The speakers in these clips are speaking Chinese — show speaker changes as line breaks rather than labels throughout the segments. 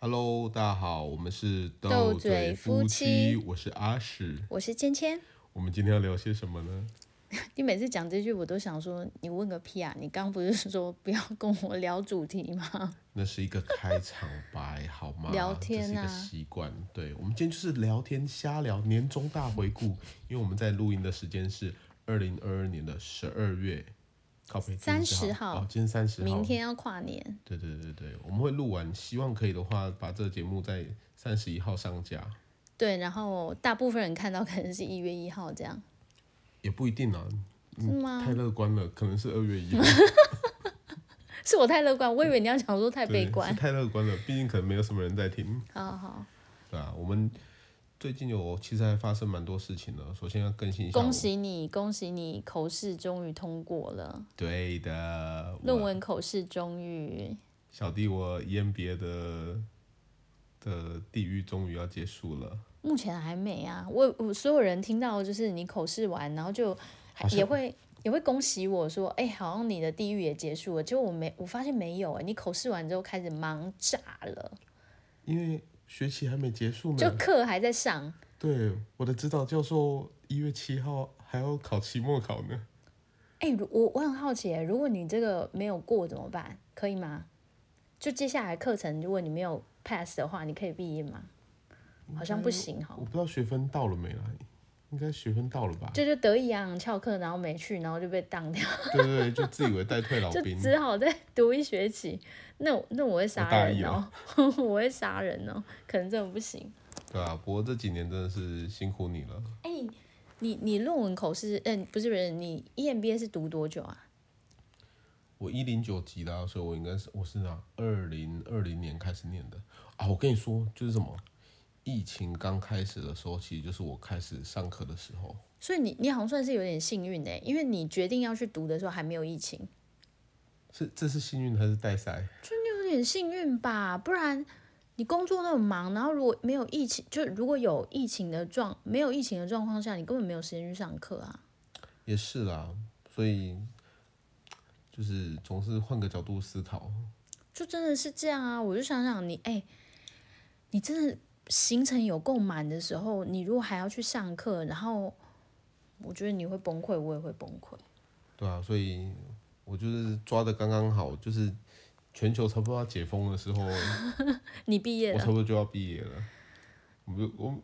Hello，大家好，我们是
斗嘴夫
妻，
妻
我是阿史。
我是芊芊。
我们今天要聊些什么呢？
你每次讲这句，我都想说你问个屁啊！你刚不是说不要跟我聊主题吗？
那是一个开场白，好吗？
聊天啊
这是一个习惯。对，我们今天就是聊天瞎聊，年终大回顾。因为我们在录音的时间是二零二二年的十二月，靠北
30号
哦，今天三十号，
明天要跨年，
对对对对，我们会录完，希望可以的话，把这个节目在三十一号上架，
对，然后大部分人看到可能是一月一号这样，
也不一定啊，
是吗
太？乐观了，可能是二月一号。
是我太乐观，我以为你要讲说太
对
悲观
是。太乐观了，毕竟可能没有什么人在听，
好好，
对啊，我们最近有其实还发生蛮多事情的，首先要更新一下我，
恭喜你，恭喜你，口试终于通过了，
对的，我
论文口试终于
小弟我 E EMBA 的的地狱终于要结束了，
目前还没啊。我我所有人听到就是你口试完，然后就
好像
也会也会恭喜我说，哎、好像你的地狱也结束了。结果我没，我发现没有、哎，你口试完之后开始忙炸了，
因为学期还没结束
就
呢，
课还在上，
对，我的指导教授一月七号还要考期末考呢，
哎、如我我很好奇、哎，如果你这个没有过怎么办？可以吗？就接下来课程，如果你没有 pass 的话，你可以毕业吗？好像不行哦哈、
我不知道学分到了没啦，应该学分到了吧？
这就得意洋洋翘课，然后没去，然后就被当掉，
对对对，就自以为带退老
就
兵，
只好再读一学期。那我那我会杀
我大意
人哦、 我会杀人哦、可能真的不行。
对啊，不过这几年真的是辛苦你了。
哎、你你论文口试，嗯、不是不是，你 EMBA 是读多久啊？
我一零九级的啊、所以我应该是我是哪二零二零年开始念的啊。我跟你说，就是什么，疫情刚开始的时候，其实就是我开始上课的时候。
所以你你好像算是有点幸运哎、因为你决定要去读的时候还没有疫情，
是这是幸运还是带塞？
有点幸运吧？不然你工作那么忙，然后如果没有疫情，就如果有疫情的状没有疫情的状况下，你根本没有时间去上课啊。
也是啦，所以就是总是换个角度思考。
就真的是这样啊！我就想想你，哎、你真的行程有够满的时候，你如果还要去上课，然后我觉得你会崩溃，我也会崩溃。
对啊，所以我就是抓的刚刚好，就是全球差不多要解封的时候，
你毕业
我
了
差。不多就要毕业了。我们我 们，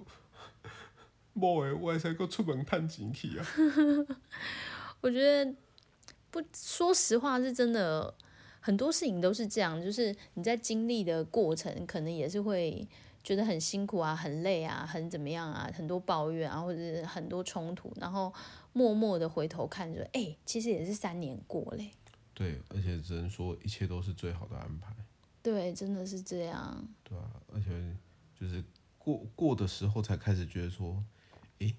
莫诶，我还才够出门探景去啊。
我觉得不说实话是真的，很多事情都是这样，就是你在经历的过程，可能也是会觉得很辛苦啊、很累啊、很怎么样啊，很多抱怨啊，或者是很多冲突，然后默默的回头看着，哎、其实也是三年过嘞。
对，而且只能说一切都是最好的安排，
对，真的是这样。
对啊，而且就是过过的时候才开始觉得说，诶，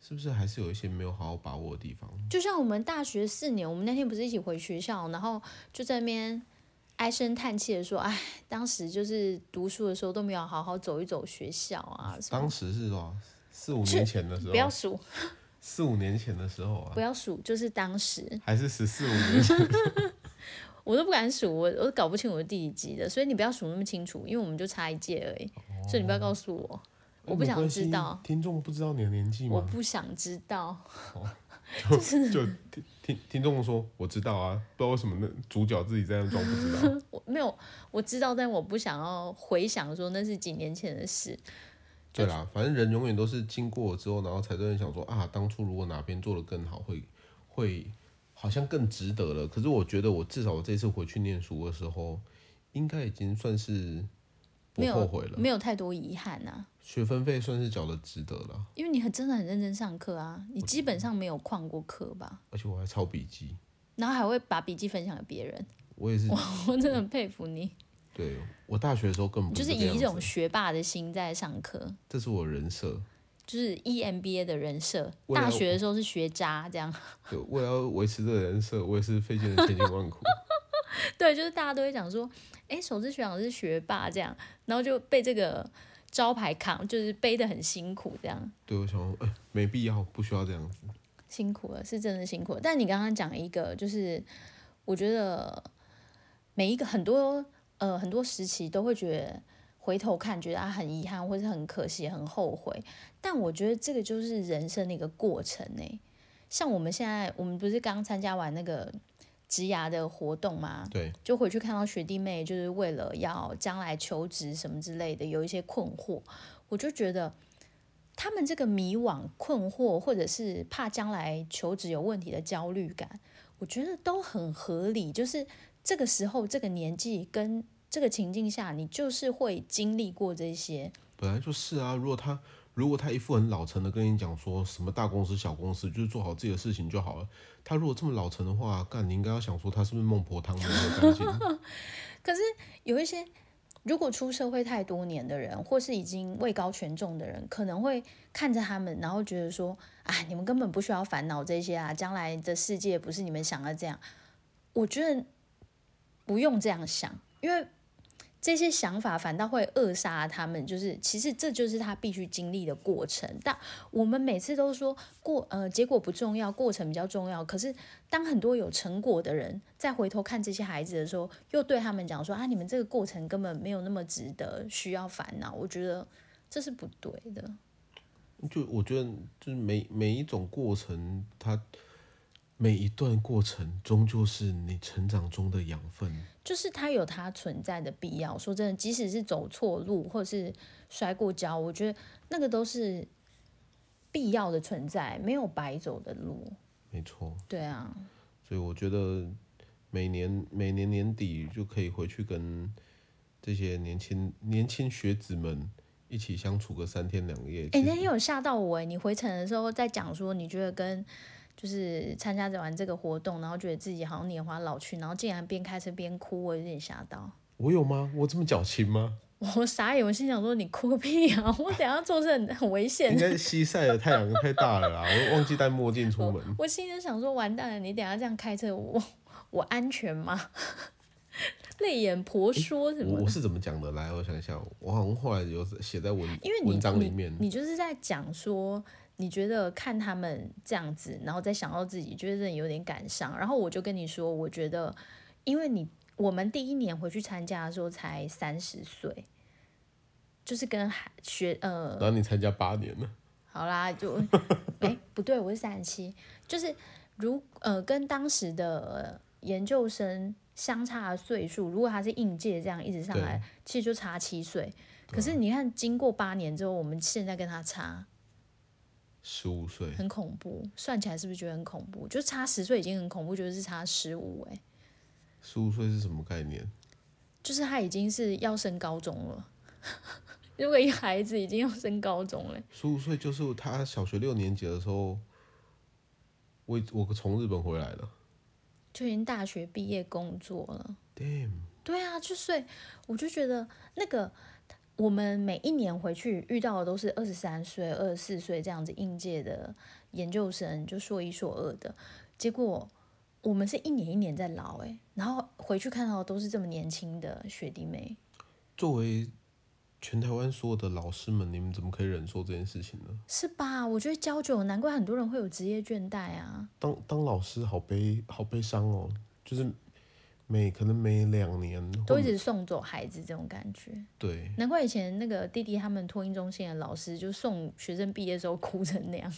是不是还是有一些没有好好把握的地方？
就像我们大学四年，我们那天不是一起回学校，然后就在那边唉声叹气的说：“哎，当时就是读书的时候都没有好好走一走学校啊，什么
当时是多少？四五年前的时哦
不要
候，
数，
四五年前的时候啊
不，要数，就是当时
还是十四五年前？
我都不敢数，我我都搞不清我是第几级的，所以你不要数那么清楚，因为我们就差一届而已，
哦
所以你不要告诉我，我不
没
想
关系
知道，，
听众不知道你的年纪
我
吗？
不想知道。
就就听听听众说，我知道啊，不知道为什么那主角自己在那装不知道。
我没有，我知道，但我不想要回想说那是几年前的事。
对啦，反正人永远都是经过了之后，然后才真的想说啊，当初如果哪边做的更好，会会好像更值得了。可是我觉得我至少我这次回去念书的时候，应该已经算是不
没有
后悔了，
没有太多遗憾啊呐、
学分费算是缴的值得了，
因为你很真的很认真上课啊，你基本上没有旷过课吧？
而且我还抄笔记，
然后还会把笔记分享给别 人，
我也是，
我真的很佩服你，
对我大学的时候根本
你
不
就是
这个
以一
样
种
子，
学霸的心在上课，
这是我人设。
就是 E EMBA 的人设。
为了
大学的时候是学渣这样，
对，为了要维持这个人设，我也是费尽了千辛万 苦。
对，就是大家都会讲说，哎，首支学长是学霸这样，然后就被这个招牌扛，就是背得很辛苦这样。
对，我想说，哎、没必要，不需要这样子。
辛苦了，是真的辛苦了。但你刚刚讲一个，就是我觉得每一个很多呃很多时期都会觉得回头看觉得啊很遗憾，或是很可惜、很后悔。但我觉得这个就是人生的一个过程呢、像我们现在，我们不是刚参加完那个职涯的活动吗？
对，
就回去看到学弟妹，就是为了要将来求职什么之类的，有一些困惑，我就觉得他们这个迷惘、困惑，或者是怕将来求职有问题的焦虑感，我觉得都很合理。就是这个时候、这个年纪跟这个情境下，你就是会经历过这些，
本来就是啊。如果他如果他一副很老成的跟你讲说什么大公司小公司，就是做好自己的事情就好了。他如果这么老成的话，干你应该要想说他是不是孟婆汤没有干净？
有一些如果出社会太多年的人，或是已经位高权重的人，可能会看着他们，然后觉得说：“哎，你们根本不需要烦恼这些啊，将来的世界不是你们想的这样。”我觉得不用这样想，因为这些想法反倒会扼杀他们。就是其实这就是他必须经历的过程。但我们每次都说过，呃，结果不重要，过程比较重要。可是当很多有成果的人再回头看这些孩子的时候，又对他们讲说啊，你们这个过程根本没有那么值得，需要烦恼。我觉得这是不对的。
就我觉得，就是每每一种过程，它每一段过程，终究是你成长中的养分。
就是它有它存在的必要。说真的，即使是走错路或是摔过跤，我觉得那个都是必要的存在，没有白走的路。
没错，
对啊，
所以我觉得每年每年年底就可以回去跟这些年轻年轻学子们一起相处个三天两夜。
哎、
其
那
实
天有吓到我哎、你回程的时候在讲说，你觉得跟就是参加完这个活动，然后觉得自己好像年华老去，然后竟然边开车边哭，我有点吓到。
我有吗？我这么矫情吗？
我傻眼，我心想说你哭个屁啊！我等下坐车很很危
应
险。
该西晒的太阳太大了 啦，我忘记戴墨镜出门。
我心里想说完蛋了，你等下这样开车，我我安全吗？ 泪眼婆娑什么
我
的
我是怎么讲的？来，我想一下，我好像后来有写在文
因为
嗯
你
文章里
你
面。
你就是在讲说，你觉得看他们这样子，然后再想到自己，觉得真的有点感伤。然后我就跟你说，我觉得，因为你我们第一年回去参加的时候才三十岁，就是跟孩学呃
然后你参加八年了，
好啦，就哎、不对，我是三十七，就是如呃跟当时的呃研究生相差的岁数，如果他是应届这样一直上来，其实就差七岁。可是你看，经过八年之后，我们现在跟他差
十五岁，
很恐怖，算起来是不是觉得很恐怖？就差十岁已经很恐怖，就是差十五，哎，
十五岁是什么概念？
就是他已经是要升高中了。 如果一个孩子已经要升高中了，
十五岁就是他小学六年级的时候，我我从日本回来了。
就已经大学毕业工作了。
Damn，
对啊，就所以我就觉得那个我们每一年回去遇到的都是二十三岁、二十四岁这样子应届的研究生，就硕一、硕二的，结果我们是一年一年在老诶、然后回去看到的都是这么年轻的学弟妹，
作为全台湾所有的老师们，你们怎么可以忍受这件事情呢？
是吧？我觉得教久了，难怪很多人会有职业倦怠啊。
当当老师好悲好悲伤哦，就是每可能每两年
都
或
一直送走孩子这种感觉，
对
难怪以前那个弟弟他们托婴中心的老师就送学生毕业的时候哭成那样。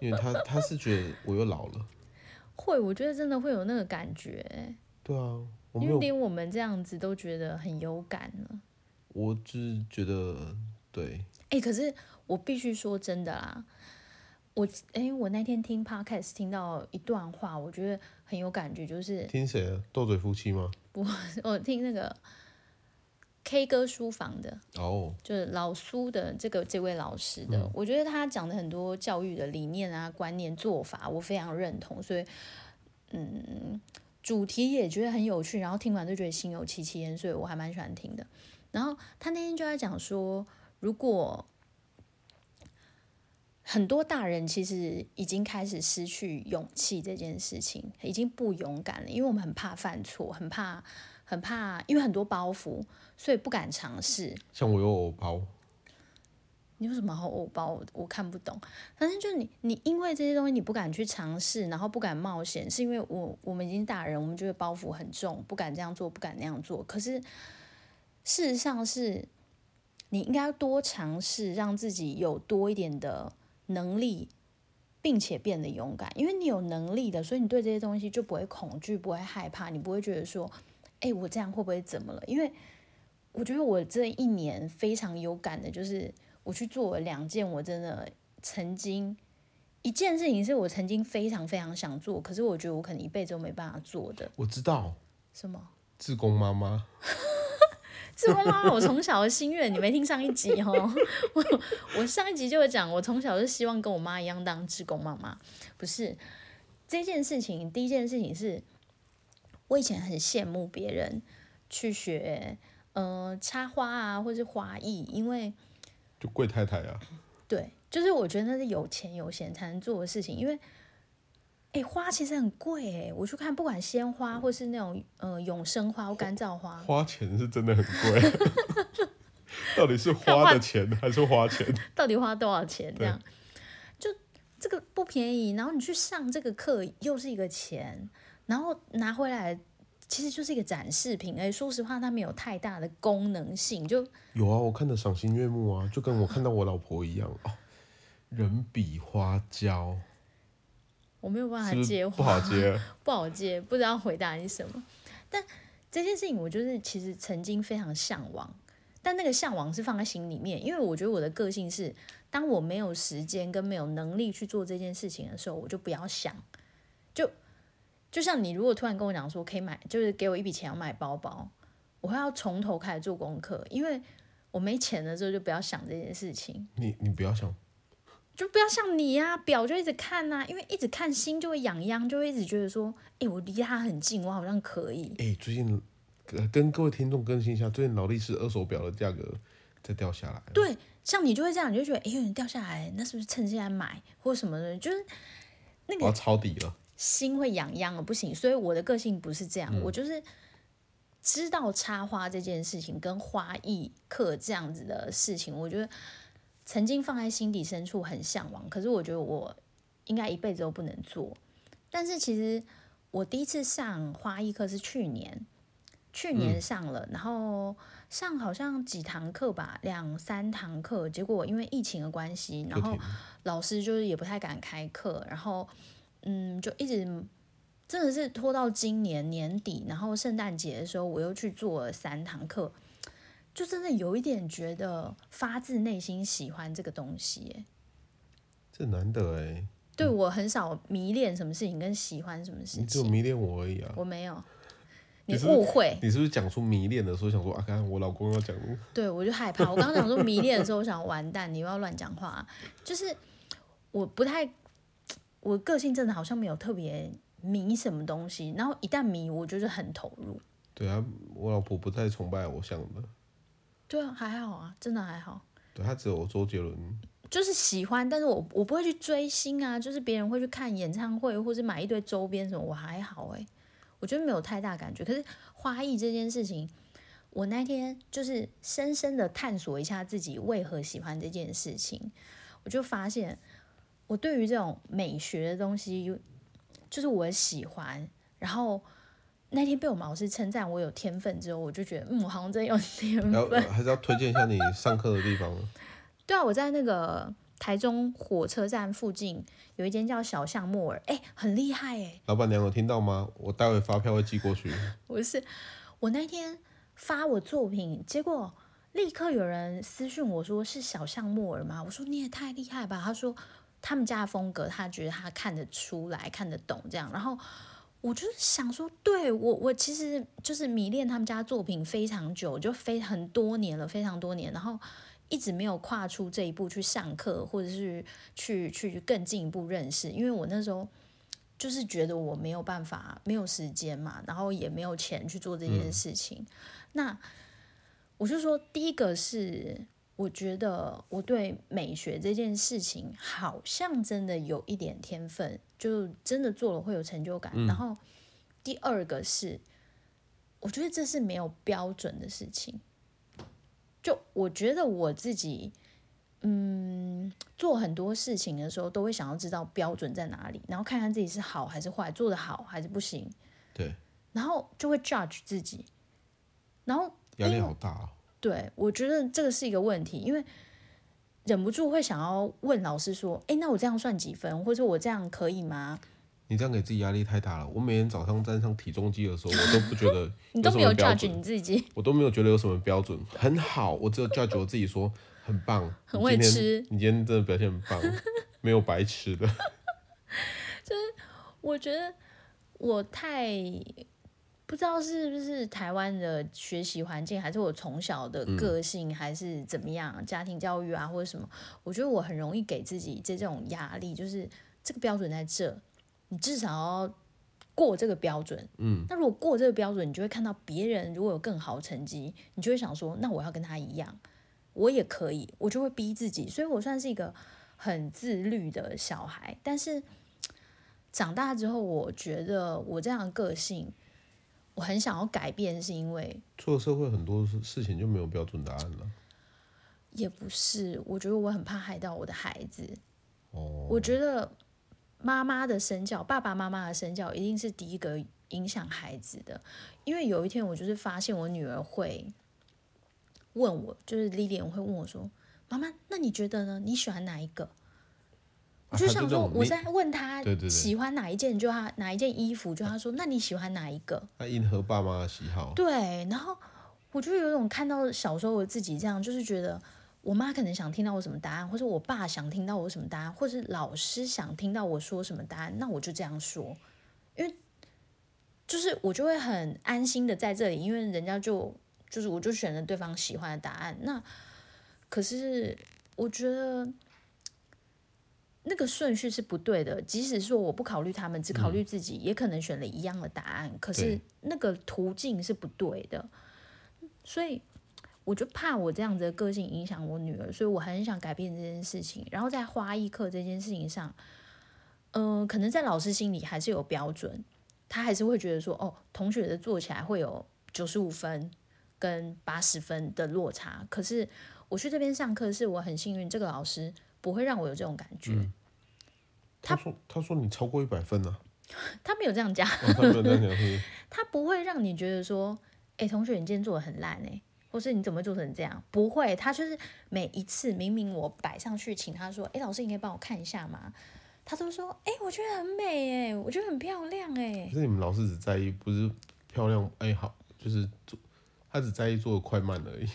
因为他他是觉得我又老了，
会，我觉得真的会有那个感觉欸、
对啊，我没
因为
有，
连我们这样子都觉得很有感了。
我只是觉得对，
哎、可是我必须说真的啦，我哎、我那天听 podcast 听到一段话，我觉得很有感觉，就是
听谁的斗嘴夫妻吗？
我听那个 K 歌书房的，
哦，
就是老苏的这个这位老师的，我觉得他讲的很多教育的理念啊、观念、做法，我非常认同，所以，嗯，主题也觉得很有趣，然后听完就觉得心有戚戚焉，所以我还蛮喜欢听的。然后他那天就在讲说，如果很多大人其实已经开始失去勇气这件事情，已经不勇敢了，因为我们很怕犯错，很怕，很怕，因为很多包袱，所以不敢尝试。
像我有偶包，
你有什么好偶包？我我看不懂。反正就你，你因为这些东西你不敢去尝试，然后不敢冒险，是因为我我们已经大人，我们觉得包袱很重，不敢这样做，不敢那样做。可是事实上是你应该多尝试，让自己有多一点的能力，并且变得勇敢。因为你有能力的，所以你对这些东西就不会恐惧，不会害怕，你不会觉得说，哎，我这样会不会怎么了？因为我觉得我这一年非常有感的，就是我去做了两件我真的曾经一件事情是我曾经非常非常想做，可是我觉得我可能一辈子都没办法做的。
我知道，
什么？
志工妈妈，
智慧妈妈，我从小的心愿，你没听上一集哦。我我上一集就有讲，我从小就希望跟我妈一样当志工妈妈。不是这件事情，第一件事情是，我以前很羡慕别人去学，呃，插花啊，或是花艺，因为
就贵太太啊，
对，就是我觉得那是有钱有闲才能做的事情，因为，哎、花其实很贵哎、我去看，不管鲜花或是那种呃永生花或干燥花，
花钱是真的很贵。 到底是花的钱还是花钱？
到底花多少钱这样，就这个不便宜。然后你去上这个课又是一个钱，然后拿回来其实就是一个展示品。哎，说实话，它没有太大的功能性，就
有啊，我看得赏心悦目啊，就跟我看到我老婆一样哦。人比花娇，
我没有办
是
法
不
接
是
话，
不好接？
不好接，不知道回答你什么。但这件事情，我就是其实曾经非常向往，但那个向往是放在心里面，因为我觉得我的个性是，当我没有时间跟没有能力去做这件事情的时候，我就不要想。就就像你如果突然跟我讲说可以买，就是给我一笔钱要买包包，我会要从头开始做功课，因为我没钱的时候就不要想这件事情。
你你不要想，
就不要像你呀、表就一直看啊呐、因为一直看心就会痒痒，就会一直觉得说，诶，我离他很近，我好像可以。
哎、最近呃跟各位听众更新一下，最近劳力士二手表的价格在掉下来了。
对，像你就会这样，你就觉得，诶，有人掉下来，那是不是趁现在买或什么的？就是
我要抄底了。
心会痒痒的，不行。所以我的个性不是这
嗯
样，我就是知道插花这件事情跟花艺课这样子的事情，我觉得曾经放在心底深处很向往，可是我觉得我应该一辈子都不能做。但是其实我第一次上花艺课是去年，去
嗯
年上了，然后上好像几堂课吧，两三堂课，结果因为疫情的关系，然
就
后
停
老师就是也不太敢开课，然后嗯，就一直真的是拖到今年年底，然后圣诞节的时候我又去做了三堂课，就真的有一点觉得发自内心喜欢这个东西耶。
这难得哎、
对我很少迷恋什么事情跟喜欢什么事
你只有
情，
迷恋我而已啊！
我没有。
你
你
是不是
误会，
你是不是讲出迷恋的时候想说啊？刚刚我老公要讲，
对我就害怕。我刚刚讲说迷恋的时候，我想完蛋，你又要乱讲话、就是我不太，我个性真的好像没有特别迷什么东西，然后一旦迷，我就是很投入。
对啊，我老婆不太崇拜偶像的，
对啊，还好啊，真的还好，
对她只有周杰伦。
就是喜欢，但是我我不会去追星啊，就是别人会去看演唱会或是买一堆周边什么，我还好诶、我觉得没有太大感觉。可是花艺这件事情，我那天就是深深的探索一下自己为何喜欢这件事情，我就发现我对于这种美学的东西有，就是我喜欢，然后。那天被我们老师称赞我有天分之后，我就觉得，嗯，我好像真有天分。
然后还是要推荐一下你上课的地方，
对啊，我在那个台中火车站附近有一间叫小巷木耳，哎，很厉害哎！
老板娘有听到吗？我待会发票会寄过去。
我是我那天发我作品，结果立刻有人私讯我说是小巷木耳吗？我说你也太厉害吧！他说他们家的风格，他觉得他看得出来、看得懂这样，然后。我就是想说，对我我其实就是迷恋他们家作品非常久，就非很多年了，非常多年，然后一直没有跨出这一步去上课，或者是去去更进一步认识，因为我那时候就是觉得我没有办法，没有时间嘛，然后也没有钱去做这件事情。那我就说，第一个是我觉得我对美学这件事情好像真的有一点天分，就真的做了会有成就感。然后第二个是，我觉得这是没有标准的事情。就我觉得我自己，嗯，做很多事情的时候都会想要知道标准在哪里，然后看看自己是好还是坏，做的好还是不行，
对，
然后就会 judge 自己，然后
压力好大、哦。
对，我觉得这个是一个问题，因为忍不住会想要问老师说：“哎，那我这样算几分？或者我这样可以吗
你这样给自己压力太大了。我每天早上站上体重机的时候，我都不觉得？”
你都没有
什么标
judge
准
你自己，
我都没有觉得有什么标准，很好，我只有 judge 我自己说很棒，
很
你
会
今天
吃
你今天真的表现很棒，没有白吃的。
我觉得我太不知道是不是台湾的学习环境，还是我从小的个性，还是怎么样，家庭教育啊，或者什么，我觉得我很容易给自己这种压力，就是这个标准在这，你至少要过这个标准。嗯，那如果过这个标准，你就会看到别人如果有更好的成绩，你就会想说，那我要跟他一样，我也可以，我就会逼自己。所以我算是一个很自律的小孩，但是。长大之后，我觉得我这样的个性，我很想要改变，是因为
出了社会，很多事事情就没有标准答案了。
也不是，我觉得我很怕害到我的孩子。
哦，
我觉得妈妈的身教，爸爸妈妈的身教一定是第一个影响孩子的，因为有一天我就是发现我女儿会问我，就是 Lilian 会问我说：“妈妈，那你觉得呢？你喜欢哪一个？”我
啊
就
他
想
这
说，
种
我
你
在问他
对对对
喜欢哪一件，就他哪一件衣服，就他说：“那你喜欢哪一个？”
那迎合爸妈的喜好，
对，然后我就有一种看到小时候我自己这样，就是觉得我妈可能想听到我什么答案，或者我爸想听到我什么答案，或者老师想听到我说什么答案，那我就这样说，因为就是我就会很安心的在这里，因为人家就就是我就选了对方喜欢的答案。那可是我觉得。那个顺序是不对的，即使说我不考虑他们，只考虑自己，也可能选了一样的答案，可是
对
那个途径是不对的，所以我就怕我这样子的个性影响我女儿，所以我很想改变这件事情。然后在花艺课这件事情上，嗯、可能在老师心里还是有标准，他还是会觉得说，哦，同学的做起来会有九十五分跟八十分的落差。可是我去这边上课，是我很幸运，这个老师不会让我有这种感觉，
他说他说你超过一百分了、啊
他没有这样讲，
哦，他没有这样讲是
他不会让你觉得说，哎、同学，你今天做的很烂哎、或是你怎么做成这样？不会，他就是每一次明明我摆上去，请他说，哎、老师，你可以帮我看一下吗？他都说，哎、我觉得很美哎、我觉得很漂亮哎、
可是你们老师只在意不是漂亮，哎好，就是做他只在意做的快慢而已。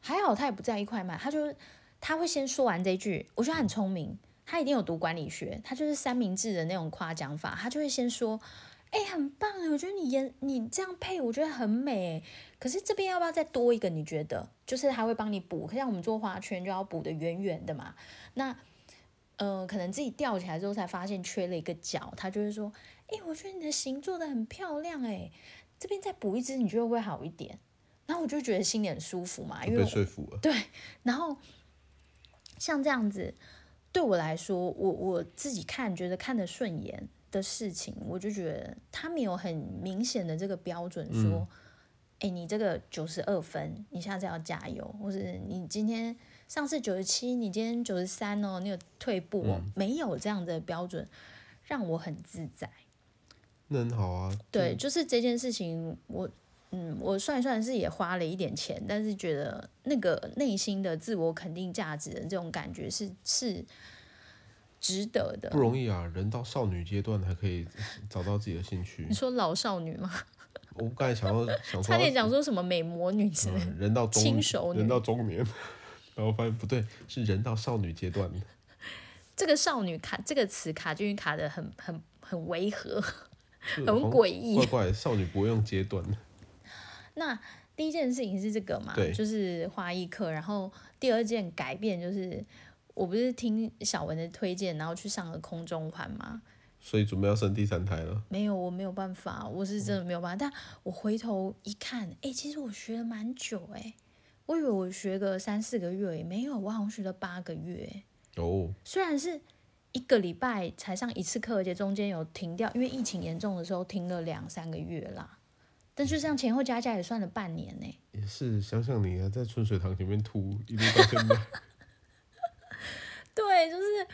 还好他也不在意快慢，他就是他会先说完这句，我觉得他很聪明，他一定有读管理学，他就是三明治的那种夸奖法，他就会先说，哎、很棒哎，我觉得你演你这样配，我觉得很美哎，可是这边要不要再多一个？你觉得？就是他会帮你补，像我们做花圈就要补的圆圆的嘛，那。嗯、可能自己吊起来之后才发现缺了一个角，他就会说：“哎、我觉得你的形做的很漂亮、哎，这边再补一支，你觉得会不会好一点。”然后我就觉得心里很舒服嘛，因为
被说服了，
然后像这样子，对我来说，我我自己看觉得看得顺眼的事情，我就觉得他没有很明显的这个标准说，哎、你这个九十二分，你下次要加油，或者你今天上次九十七，你今天九十三哦，你有退步哦，没有这样的标准，让我很自在。
那很好啊。
对，就是这件事情，我嗯，我算一算是也花了一点钱，但是觉得那个内心的自我肯定价值的这种感觉是是值得的
不。容易啊，人到少女阶段还可以找到自己的兴趣
你。说老少女吗？
我刚才想要想
嗯差点
说，
讲说什么美魔女之类的。
嗯， 人到中
轻熟女
人到中年， 然后发现不对，是人到少女阶段。
这个少女卡这个词卡进去卡的很很很违和，
很
很诡异
怪怪的，少女不会用阶段。
那第一件事情是这个嘛，
对
就是花艺课，然后第二件改变就是，我不是听小文的推荐，然后去上了空中环嘛，
所以准备要生第三胎了。
没有，我没有办法，我是真的没有办法。但我回头一看，哎、其实我学了蛮久、诶，哎，我以为我学个三四个月，也没有，我好像学了八个月、诶
哦，
虽然是一个礼拜才上一次课，而且中间有停掉，因为疫情严重的时候停了两三个月啦。但就这样前后加加也算了半年呢、诶
也是，想想你啊还在春水堂前面吐，一路到现 在，
对，就是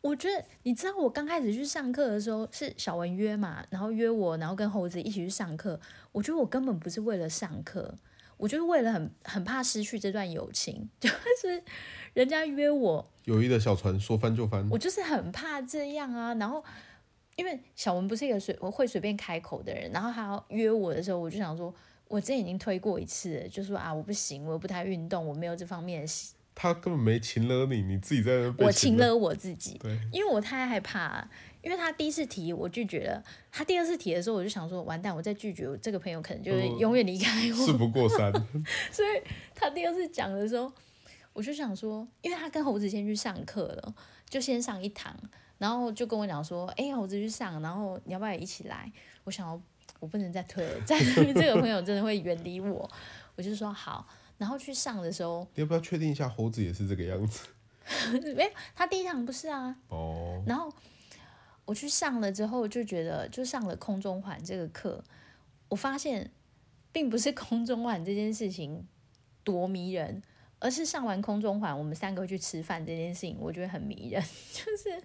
我觉得，你知道我刚开始去上课的时候是小文约嘛，然后约我，然后跟猴子一起去上课。我觉得我根本不是为了上课，我就是为了很很怕失去这段友情， 就是人家约我，
友谊的小船说翻就翻，
我就是很怕这样啊。然后，因为小文不是一个随我会随便开口的人，然后他要约我的时候，我就想说，我之前已经推过一次了，就说啊，我不行，我不太运动，我没有这方面的习
他根本没擒了你，你自己在那边被
我请
了。
了我自己，
对，
因为我太害怕了。因为他第一次提我拒绝了，他第二次提的时候我就想说，完蛋，我再拒绝我这个朋友可能就是
嗯
永远离开我。
事不过三，
所以他第二次讲的时候，我就想说，因为他跟猴子先去上课了，就先上一堂，然后就跟我讲说，哎、猴子去上，然后你要不要也一起来？我想要，我不能再推了，再推 这个朋友真的会远离我。我就说好，然后去上的时候，
你要不要确定一下？猴子也是这个样子
没有，他第一堂不是啊，
哦。
然后我去上了之后，就觉得就上了空中环这个课，我发现并不是空中环这件事情多迷人，而是上完空中环，我们三个去吃饭这件事情，我觉得很迷人， 就是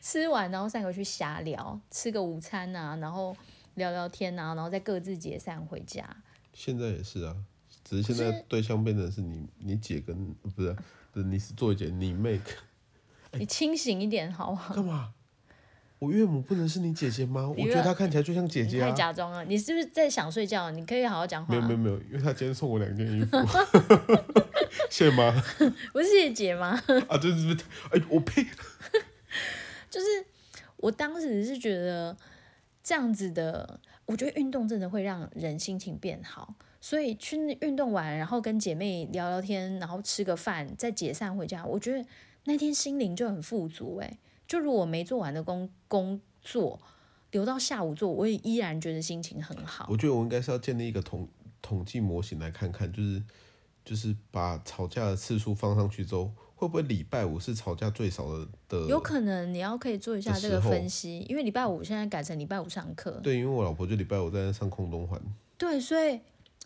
吃完然后三个去瞎聊，吃个午餐啊，然后聊聊天啊，然后再各自解散回家。
现在也是啊，只是
可
现在
是
对象变成是你，你姐跟呃不是不是你是作为姐，你妹哎
你清醒一点好吗？
干嘛？我岳母不能是你姐姐吗？
嗯你
我
岳
觉得她看起来就像姐
你
姐
太
啊。
假装了，你是不是在想睡觉？你可以好好讲话
没有
啊、
没有没有，因为她今天送我两件衣服，谢妈
不是姐姐吗？
啊，这是不是？哎，我呸！
就是我当时是觉得这样子的，我觉得运动真的会让人心情变好，所以去那运动完，然后跟姐妹聊聊天，然后吃个饭，再解散回家，我觉得那天心灵就很富足、欸。诶，就如果没做完的工工作留到下午做，我也依然觉得心情很好。
我觉得我应该是要建立一个统统计模型来看看，就是就是把吵架的次数放上去之后，会不会礼拜五是吵架最少的的？
有可能你要可以做一下
的
这个
时候
分析，因为礼拜五现在改成礼拜五上课，
对，因为我老婆就礼拜五在那上空中环，
对，所以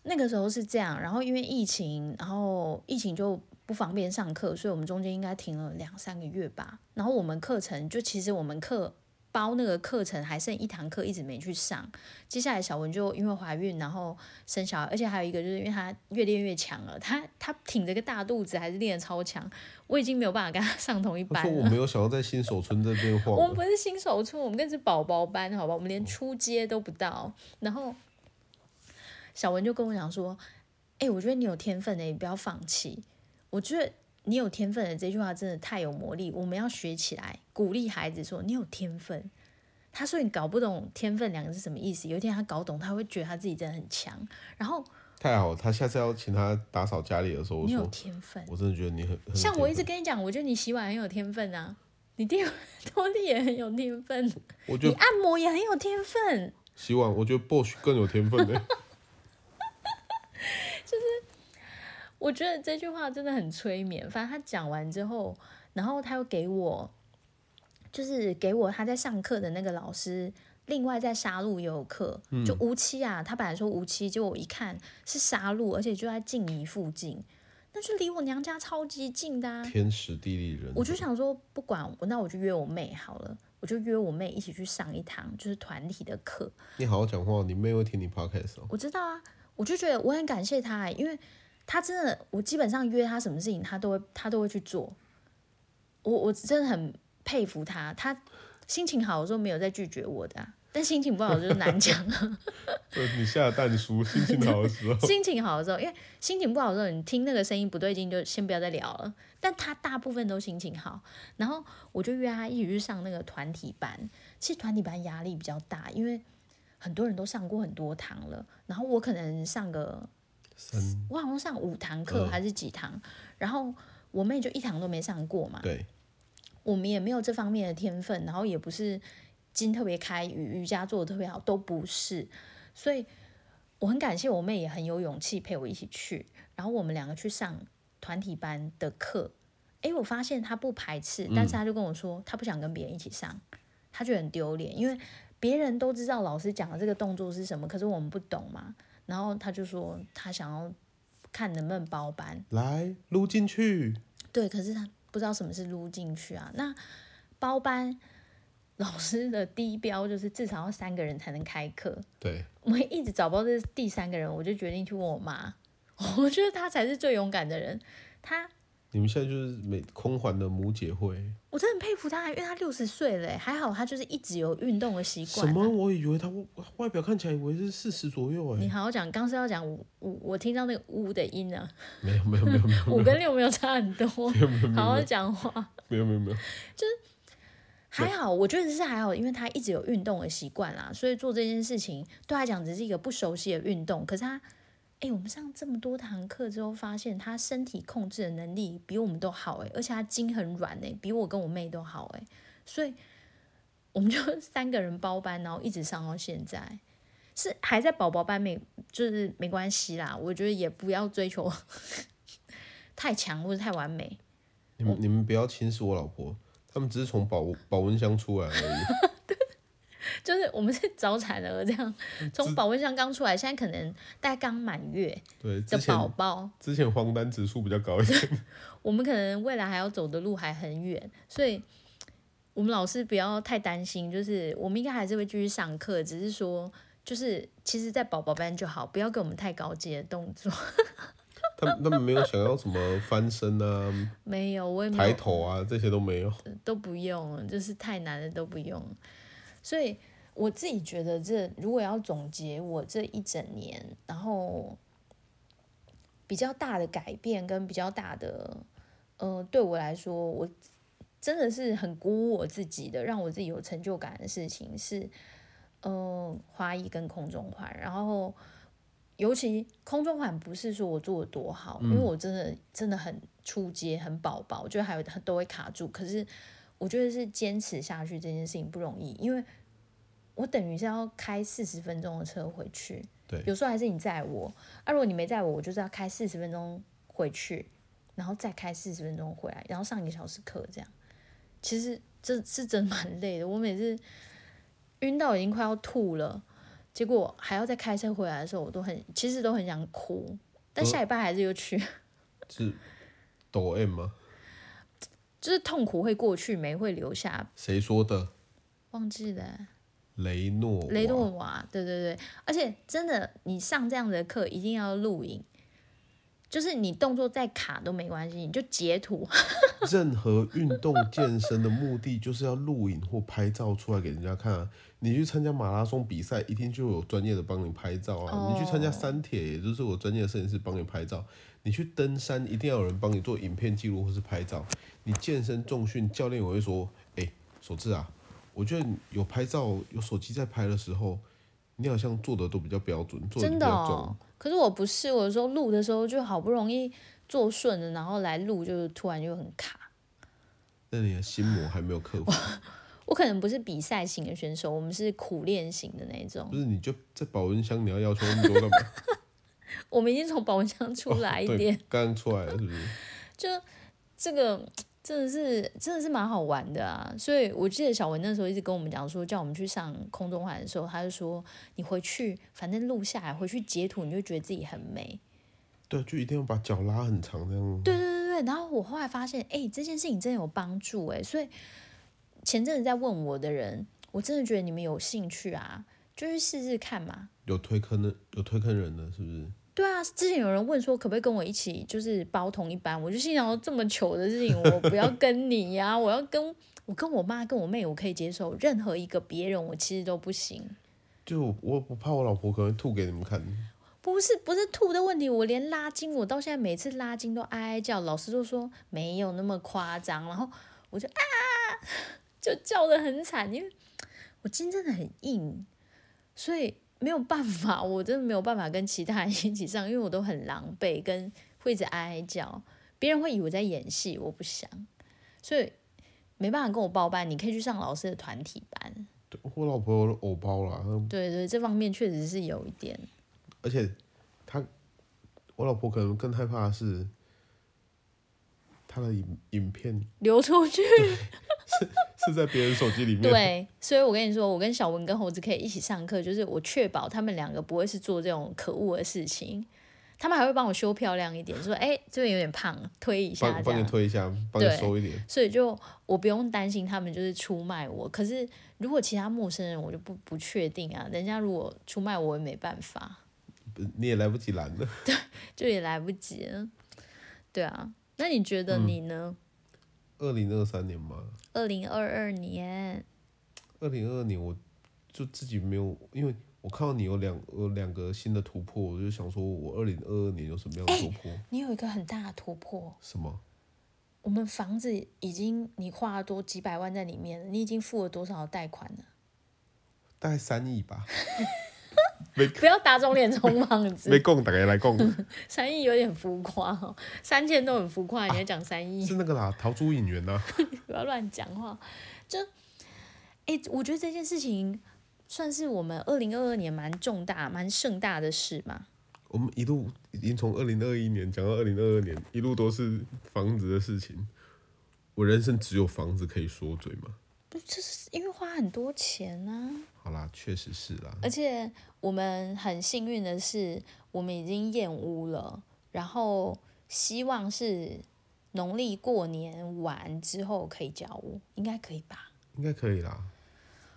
那个时候是这样，然后因为疫情，然后疫情就不方便上课，所以我们中间应该停了两三个月吧。然后我们课程就其实我们课包那个课程还剩一堂课一直没去上，接下来小文就因为怀孕，然后生小孩，而且还有一个就是因为她越练越强了，她她挺着个大肚子还是练得超强，我已经没有办法跟她上同一
她
班
说
了。
我没有想要在新手村这边晃
我们
了，
不是新手村，我们跟是宝宝班，好吧？我们连初阶都不到。然后小文就跟我讲说：“哎、我觉得你有天分的、你不要放弃。我觉得你有天分的这句话真的太有魔力，我们要学起来，鼓励孩子说你有天分。”他说：“你搞不懂‘天分’两个字什么意思？有一天他搞懂，他会觉得他自己真的很强。然后
太好了，她下次要请她打扫家里的时候，我
你有
说
天分，
我真的觉得你很很有
像我
天
一直跟你讲，我觉得你洗碗很有天分啊，你电拖地也很有天分，
分我觉
你
得
按摩也很有天分。”
洗碗，我觉得 Bosch 更有天分呢、欸
我觉得这句话真的很催眠。反正他讲完之后，然后他又给我，就是给我他在上课的那个老师，另外在杀戮也有课，就无期啊。他本来说无期，结果我一看是杀戮，而且就在静怡附近，那就离我娘家超级近的、啊。
天时地利人和，
我就想说，不管我，那我就约我妹好了，我就约我妹一起去上一堂就是团体的课。
你好好讲话，你妹会听你 podcast 哦。
我知道啊，我就觉得我很感谢他欸，因为他真的，我基本上约他什么事情，他都会他都会去做。我我真的很佩服他，他心情好的时候没有再拒绝我的啊、但心情不好就是难讲。
对，呃你下蛋叔心情好的时候，
心情好的时候，因为心情不好的时候，你听那个声音不对劲，就先不要再聊了。但他大部分都心情好，然后我就约他一起去上那个团体班。其实团体班压力比较大，因为很多人都上过很多堂了，然后我可能上个
三
我好像上五堂课
嗯
还是几堂，然后我妹就一堂都没上过嘛，
对，
我们也没有这方面的天分，然后也不是筋特别开，瑜瑜伽做的特别好，都不是，所以我很感谢我妹也很有勇气陪我一起去，然后我们两个去上团体班的课，诶，我发现她不排斥，但是她就跟我说她不想跟别人一起上，她觉得很丢脸，因为别人都知道老师讲的这个动作是什么，可是我们不懂嘛，然后她就说她想要看能不能包班，
来撸进去，
对，可是他不知道什么是撸进去啊。那包班老师的低标就是至少要三个人才能开课，
对，
我们一直找不到这第三个人，我就决定去问我妈。 我觉得他才是最勇敢的人。他，
你们现在就是每空环的母姐会
我真的很佩服他，因为他六十岁了耶，欸还好他就是一直有运动的习惯
什
啊。
么？我以为他外表看起来以为是四十左右
你
哎，
好好讲，刚是要讲五五，我听到那个五的音呢、
没有没有没有没有
五跟六没有差很多，好好讲话。
没有没有没有，
啊还好，我觉得是还好，因为他一直有运动的习惯啦，所以做这件事情对他来讲只是一个不熟悉的运动。可是他，哎、我们上这么多堂课之后，发现他身体控制的能力比我们都好哎、而且他筋很软哎、比我跟我妹都好哎、所以我们就 三个人包班，然后一直上到现在。是还在宝宝班没，就是没关系啦。我觉得也不要追求 太强或者太完美，
你们你们不要轻视我老婆，他们只是从保保温箱出来而 已。
就是我们是 早产儿这样，
嗯
从保温箱刚出来，现在可能大概刚满月
对，
的
之
宝
前
宝，
之前黄疸指数比较高一点，
我们可能未来还要走的路还很远，所以我们老师不要太担心，就是我们应该还是会继续上课，只是说就是其实，在宝宝班就好，不要给我们太高阶的动作。
他们他们没有想要什么翻身啊、
没有，我也没
抬
有
头啊这些都没有。
都不用，就是太难的都不用。所以我自己觉得这，如果要总结我这一整年，然后比较大的改变跟比较大的，呃，对我来说，我真的是很鼓舞我自己的，让我自己有成就感的事情是，嗯，花艺跟空中环，然后。尤其空中环不是说我做的多好，因为我真的真的很出街，很宝宝，我觉得还有都会卡住。可是我觉得是坚持下去这件事情不容易，因为我等于是要开四十分钟的车回去，
对
有时候还是你载我，啊，如果你没载我，我就是要开四十分钟回去，然后再开四十分钟回来，然后上一个小时课这样。其实这是真的蛮累的，我每次晕到已经快要吐了，结果还要再开车回来的时候，我都很其实都很想哭，但
嗯
下礼拜还是又去，
是抖 M 吗？
就是痛苦会过去，美会留下，
谁说的？
忘记了。
雷诺瓦
雷诺瓦，对对对，而且真的，你上这样的课一定要录影，就是你动作再卡都没关系，你就截图。
任何运动健身的目的就是要录影或拍照出来给人家看啊。你去参加马拉松比赛，一定就有专业的帮你拍照啊。
哦
你去参加山铁，也就是我专业的摄影师帮你拍照。你去登山，一定要有人帮你做影片记录或是拍照。你健身重训，教练也会说：“哎、手志啊，我觉得你有拍照、有手机在拍的时候，你好像做的都比较标准， 做的比
真的
较重。
哦。可是我不是，我有时候录的时候就好不容易做顺了，然后来录就突然就很卡。
那你的心魔还没有克服，
我可能不是比赛型的选手，我们是苦练型的那一种
不。是你就在保温箱，你要要求那么多干嘛？
我们已经从保温箱出来一
对
点，，
刚刚出来了是不是？
就这个真的是真的是蛮好玩的啊！所以我记得小文那时候一直跟我们讲说，叫我们去上空中环的时候，他就说你回去反正录下来，回去截图，你就觉得自己很美。
对，就一定要把脚拉很长这样。
对对对对，然后我后来发现，哎、这件事情真的有帮助哎、所以前阵子在问我的人，我真的觉得你们有兴趣啊，就去试试看嘛。
有推坑的，有推坑人的，是不是？
对啊，之前有人问说可不可以跟我一起，就是包同一班，我就心想说这么糗的事情，我不要跟你呀、我要跟我跟我妈跟我妹，我可以接受，任何一个别人我其实都不行。
就我我不怕我老婆可能会吐给你们看，
不是不是吐的问题，我连拉筋，我到现在每次拉筋都哀哀叫，老师就说没有那么夸张，然后我就啊， 就叫的很惨，因为我筋真的很硬，所以没有办法，我真的没有办法跟其他人一起上，因为我都很狼狈，跟会一直哀哀叫，别人会以为我在演戏，我不想，所以没办法跟我报班，你可以去上老师的团体班，
对我老婆有偶包啦，那
对对，这方面确实是有一点。
而且她，我老婆可能更害怕的是，她的影影片
流出去，
是在别人手机里面。
对，所以我跟你说，我跟小文跟猴子可以一起上课，就是我确保他们两个不会是做这种可恶的事情，他们还会帮我修漂亮一点，说哎、这边有点胖，推一下
帮
这
帮你
样。
推一下，帮你
对
收一点。
所以就我不用担心他们就是出卖我，可是如果其他陌生人，我就不不确定啊。人家如果出卖我，我也没办法。
不你也来不及拦了。
就也来不及了。对啊，那你觉得你呢？
二零二三年嘛，
二零二二年，
二零二二年我就自己没有，因为我看到你有两有两个新的突破，我就想说我二零二二年有什么样的突破？
你有一个很大的突破。
什么？
我们房子已经你花了多几百万在里面了，你已经付了多少的贷款了？
大概三亿吧，
不要打肿脸充 胖
没
子，
供大概来供，
三亿有点浮夸哦，三千都很浮夸，你还讲三亿？
是那个啦，逃出啊影员呐、
不要乱讲话。就，哎、我觉得这件事情算是我们二零二二年蛮重大、蛮盛大的事嘛。
我们一路已经从二零二一年讲到二零二二年，一路都是房子的事情。我人生只有房子可以说嘴嘛？
不，这是因为花很多钱啊，
好啦，确实是啦。
而且我们很幸运的是，我们已经验屋了，然后希望是农历过年完之后可以交屋，应该可以吧？
应该可以啦。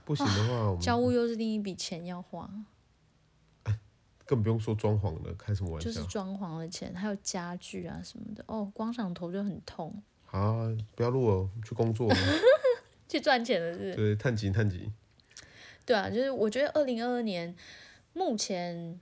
不行的话，我们
交屋又是另一笔钱要花，
更不用说装潢了，开什么玩
就是
笑？
装潢的钱，还有家具啊什么的。哦，光想头就很痛，
好啊，不要录了，去工 作了。
去赚钱了是不是？
对，探集探集，
对啊，就是我觉得二零二二年目前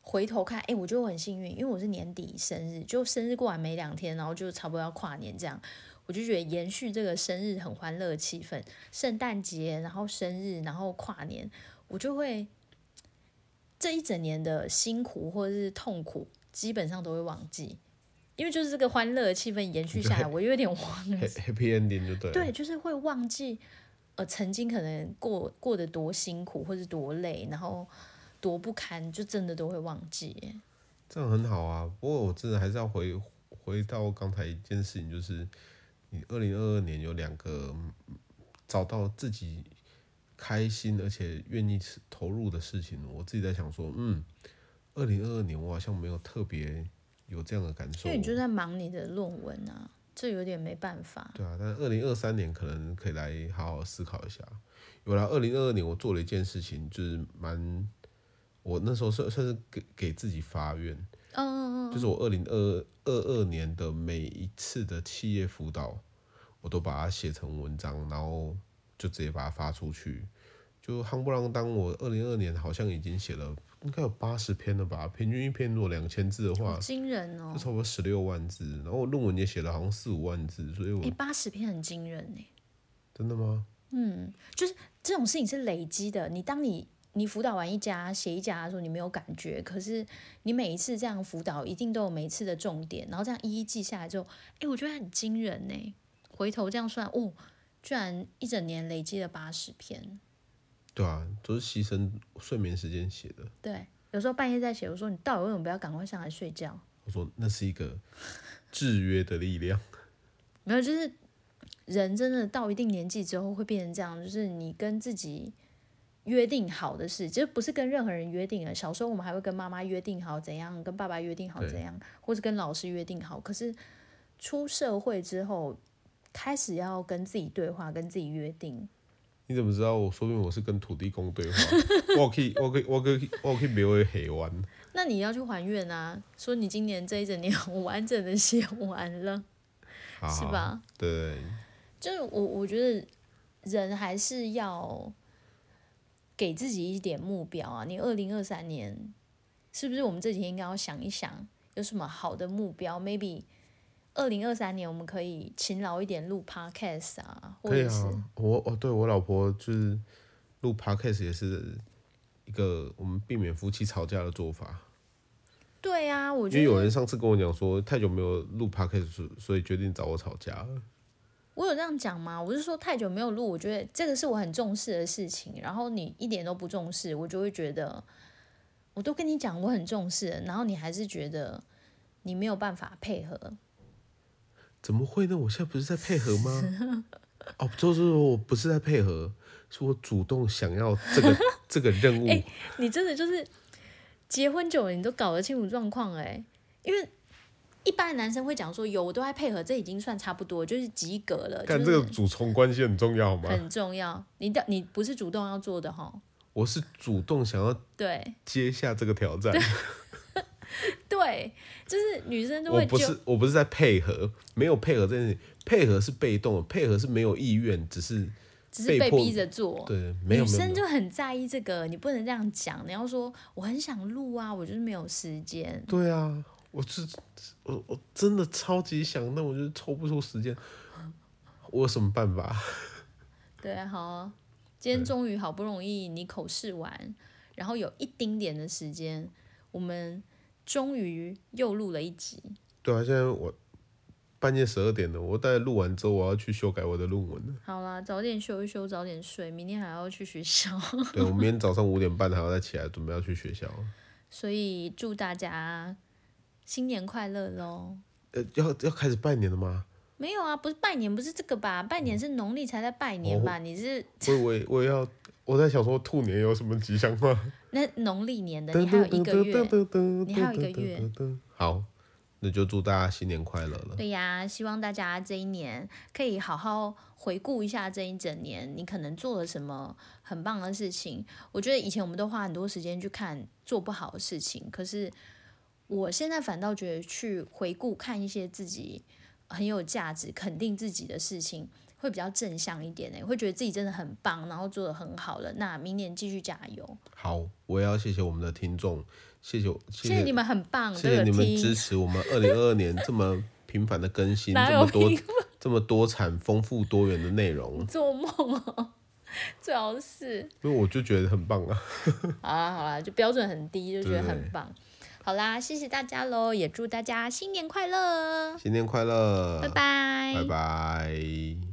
回头看，哎，我觉得我很幸运，因为我是年底生日，就生日过完没两天，然后就差不多要跨年这样，我就觉得延续这个生日很欢乐的气氛，圣诞节，然后生日，然后跨年，我就会这一整年的辛苦或者是痛苦，基本上都会忘记。因为就是这个欢乐的气氛延续下来，我有 点忘了
Happy- happy ending 就对了。
对，就是会忘记，呃，曾经可能过过得多辛苦，或是多累，然后多不堪，就真的都会忘记耶。
这样很好啊。不过我真的还是要回回到刚才一件事情，就是你二零二二年有两个嗯找到自己开心而且愿意投入的事情，我自己在想说，嗯，二零二二年我好像没有特别有这样的感受
因为。你就在忙你的论文啊，这有点没办法。
对啊，但二零二三年可能可以来好好思考一下。有啦，二零二二年我做了一件事情，就是蛮，我那时候算算是给给自己发愿，
嗯嗯嗯，
就是我二零二二二年的每一次的企业辅导，我都把它写成文章，然后就直接把它发出去。就夯不啷当，我二零二年好像已经写了应该有八十篇了吧，平均一篇如果两千字的话
好，惊人哦
就！差不多十六万字。然后我论文也写了好像四五万字，所以我
诶，八十篇很惊人呢。
真的吗？
这种事情是累积的。你当你你辅导完一家写一家的时候，你没有感觉，可是你每一次这样辅导，一定都有每一次的重点，然后这样一一记下来之后，哎，我觉得很惊人呢。回头这样算，哦，居然一整年累积了八十篇。
对啊，都是牺牲睡眠时间写的。
对，有时候半夜在写，我说你到底为什么不要赶快上来睡觉？
我说那是一个制约的力量。
没有，就是人真的到一定年纪之后会变成这样，就是你跟自己约定好的事，其实不是跟任何人约定的。小时候我们还会跟妈妈约定好怎样，跟爸爸约定好
对
怎样，或是跟老师约定好。可是出社会之后，开始要跟自己对话，跟自己约定。
你怎么知道我？说明我是跟土地公 对话，我有去，我有去，我有去，我有去庙会黑湾。
那你要去还愿啊，说你今年这一整年 我完整的写完了，
好
是？吧？
对，
就是我我觉得人还是要给自己一点目标啊。你二零二三年是不是我们这几天应该要想一想，有什么好的目标？maybe 二零二三年我们可以勤劳一点录 podcast 啊，或
可以
者是、
啊。我哦，对我老婆就是录 podcast 也是一个我们避免夫妻吵架的做法。
对啊，我
因为
觉
有
得
人上次跟我讲说，太久没有录 podcast，所所以决定找我吵架了。
我有这样讲吗？我是说太久没有录，我觉得这个是我很重视的事情，然后你一点都不重视，我就会觉得我都跟你讲我很重视了，然后你还是觉得你没有办法配合，
怎么会呢？我现在不是在配合吗？ 哦，不就是我不是在配合，是我主动想要这 个这个任务。
你真的就是结婚久了，你都搞得清楚状况哎，因为一般的男生会讲说有，我都在配合，这已经算差不多，就是及格了，
看
就
这个啊
是
主从关系很重要吗？
很重要。你的你不是主动要做的哈，
我我是主动想要
对
接下这个挑战，
对，就是女生就
我
会
不
就是
我不是在配合，没有配合这件事，配合是被动的，配合是没有意愿，只是
只
被
是被
迫
逼着做。
对，没有
女
没有
生
没有，
就很在意这个，你不能这样讲。你要说我很想录啊，我就是没有时间。
对啊，我是我我真的超级想，但我就是抽不出时间，我有什么办法？
对，好啊，今天终于好不容易你口试完，然后有一丁点的时间，我们终于又录了一集。
对啊，现在我半夜十二点了，我大概录完之后，我要去修改我的论文了。
好啦，早点休一休，早点睡，明天还要去学校，
对，我明天早上五点半还要再起来，准备要去学校。
所以祝大家新年快乐喽！
呃，要要开始拜年了吗？
没有啊，不是拜年，不是这个吧？拜年是农历才在拜年吧？你是
我我也我也要，我在想说兔年有什么吉祥话？
那农历年的，
噔
你还有
噔
一
噔
个
噔
月
噔。噔噔，
你还有一个月
噔噔噔。好，那就祝大家新年快乐了。
对呀，希望大家这一年可以好好回顾一下这一整年，你可能做了什么很棒的事情。我觉得以前我们都花很多时间去看做不好的事情，可是我现在反倒觉得去回顾看一些自己很有价值、肯定自己的事情，会比较正向一点呢、会觉得自己真的很棒，然后做的很好了。那明年继续加油，
好，我也要谢谢我们的听众，谢谢谢
谢谢你们很棒，
谢
都
谢
有
你们
听
支持我们二零二二年这么频繁的更新，
哪
这
有
么多
听
这么多产丰富多元的内容，
做梦哦， 最好是。
因为我就觉得很棒啊。
好啦好啦，就标准很低，就觉得
对
很棒。好啦，谢谢大家喽，也祝大家新年快乐，
新年快乐，
呃拜拜
拜拜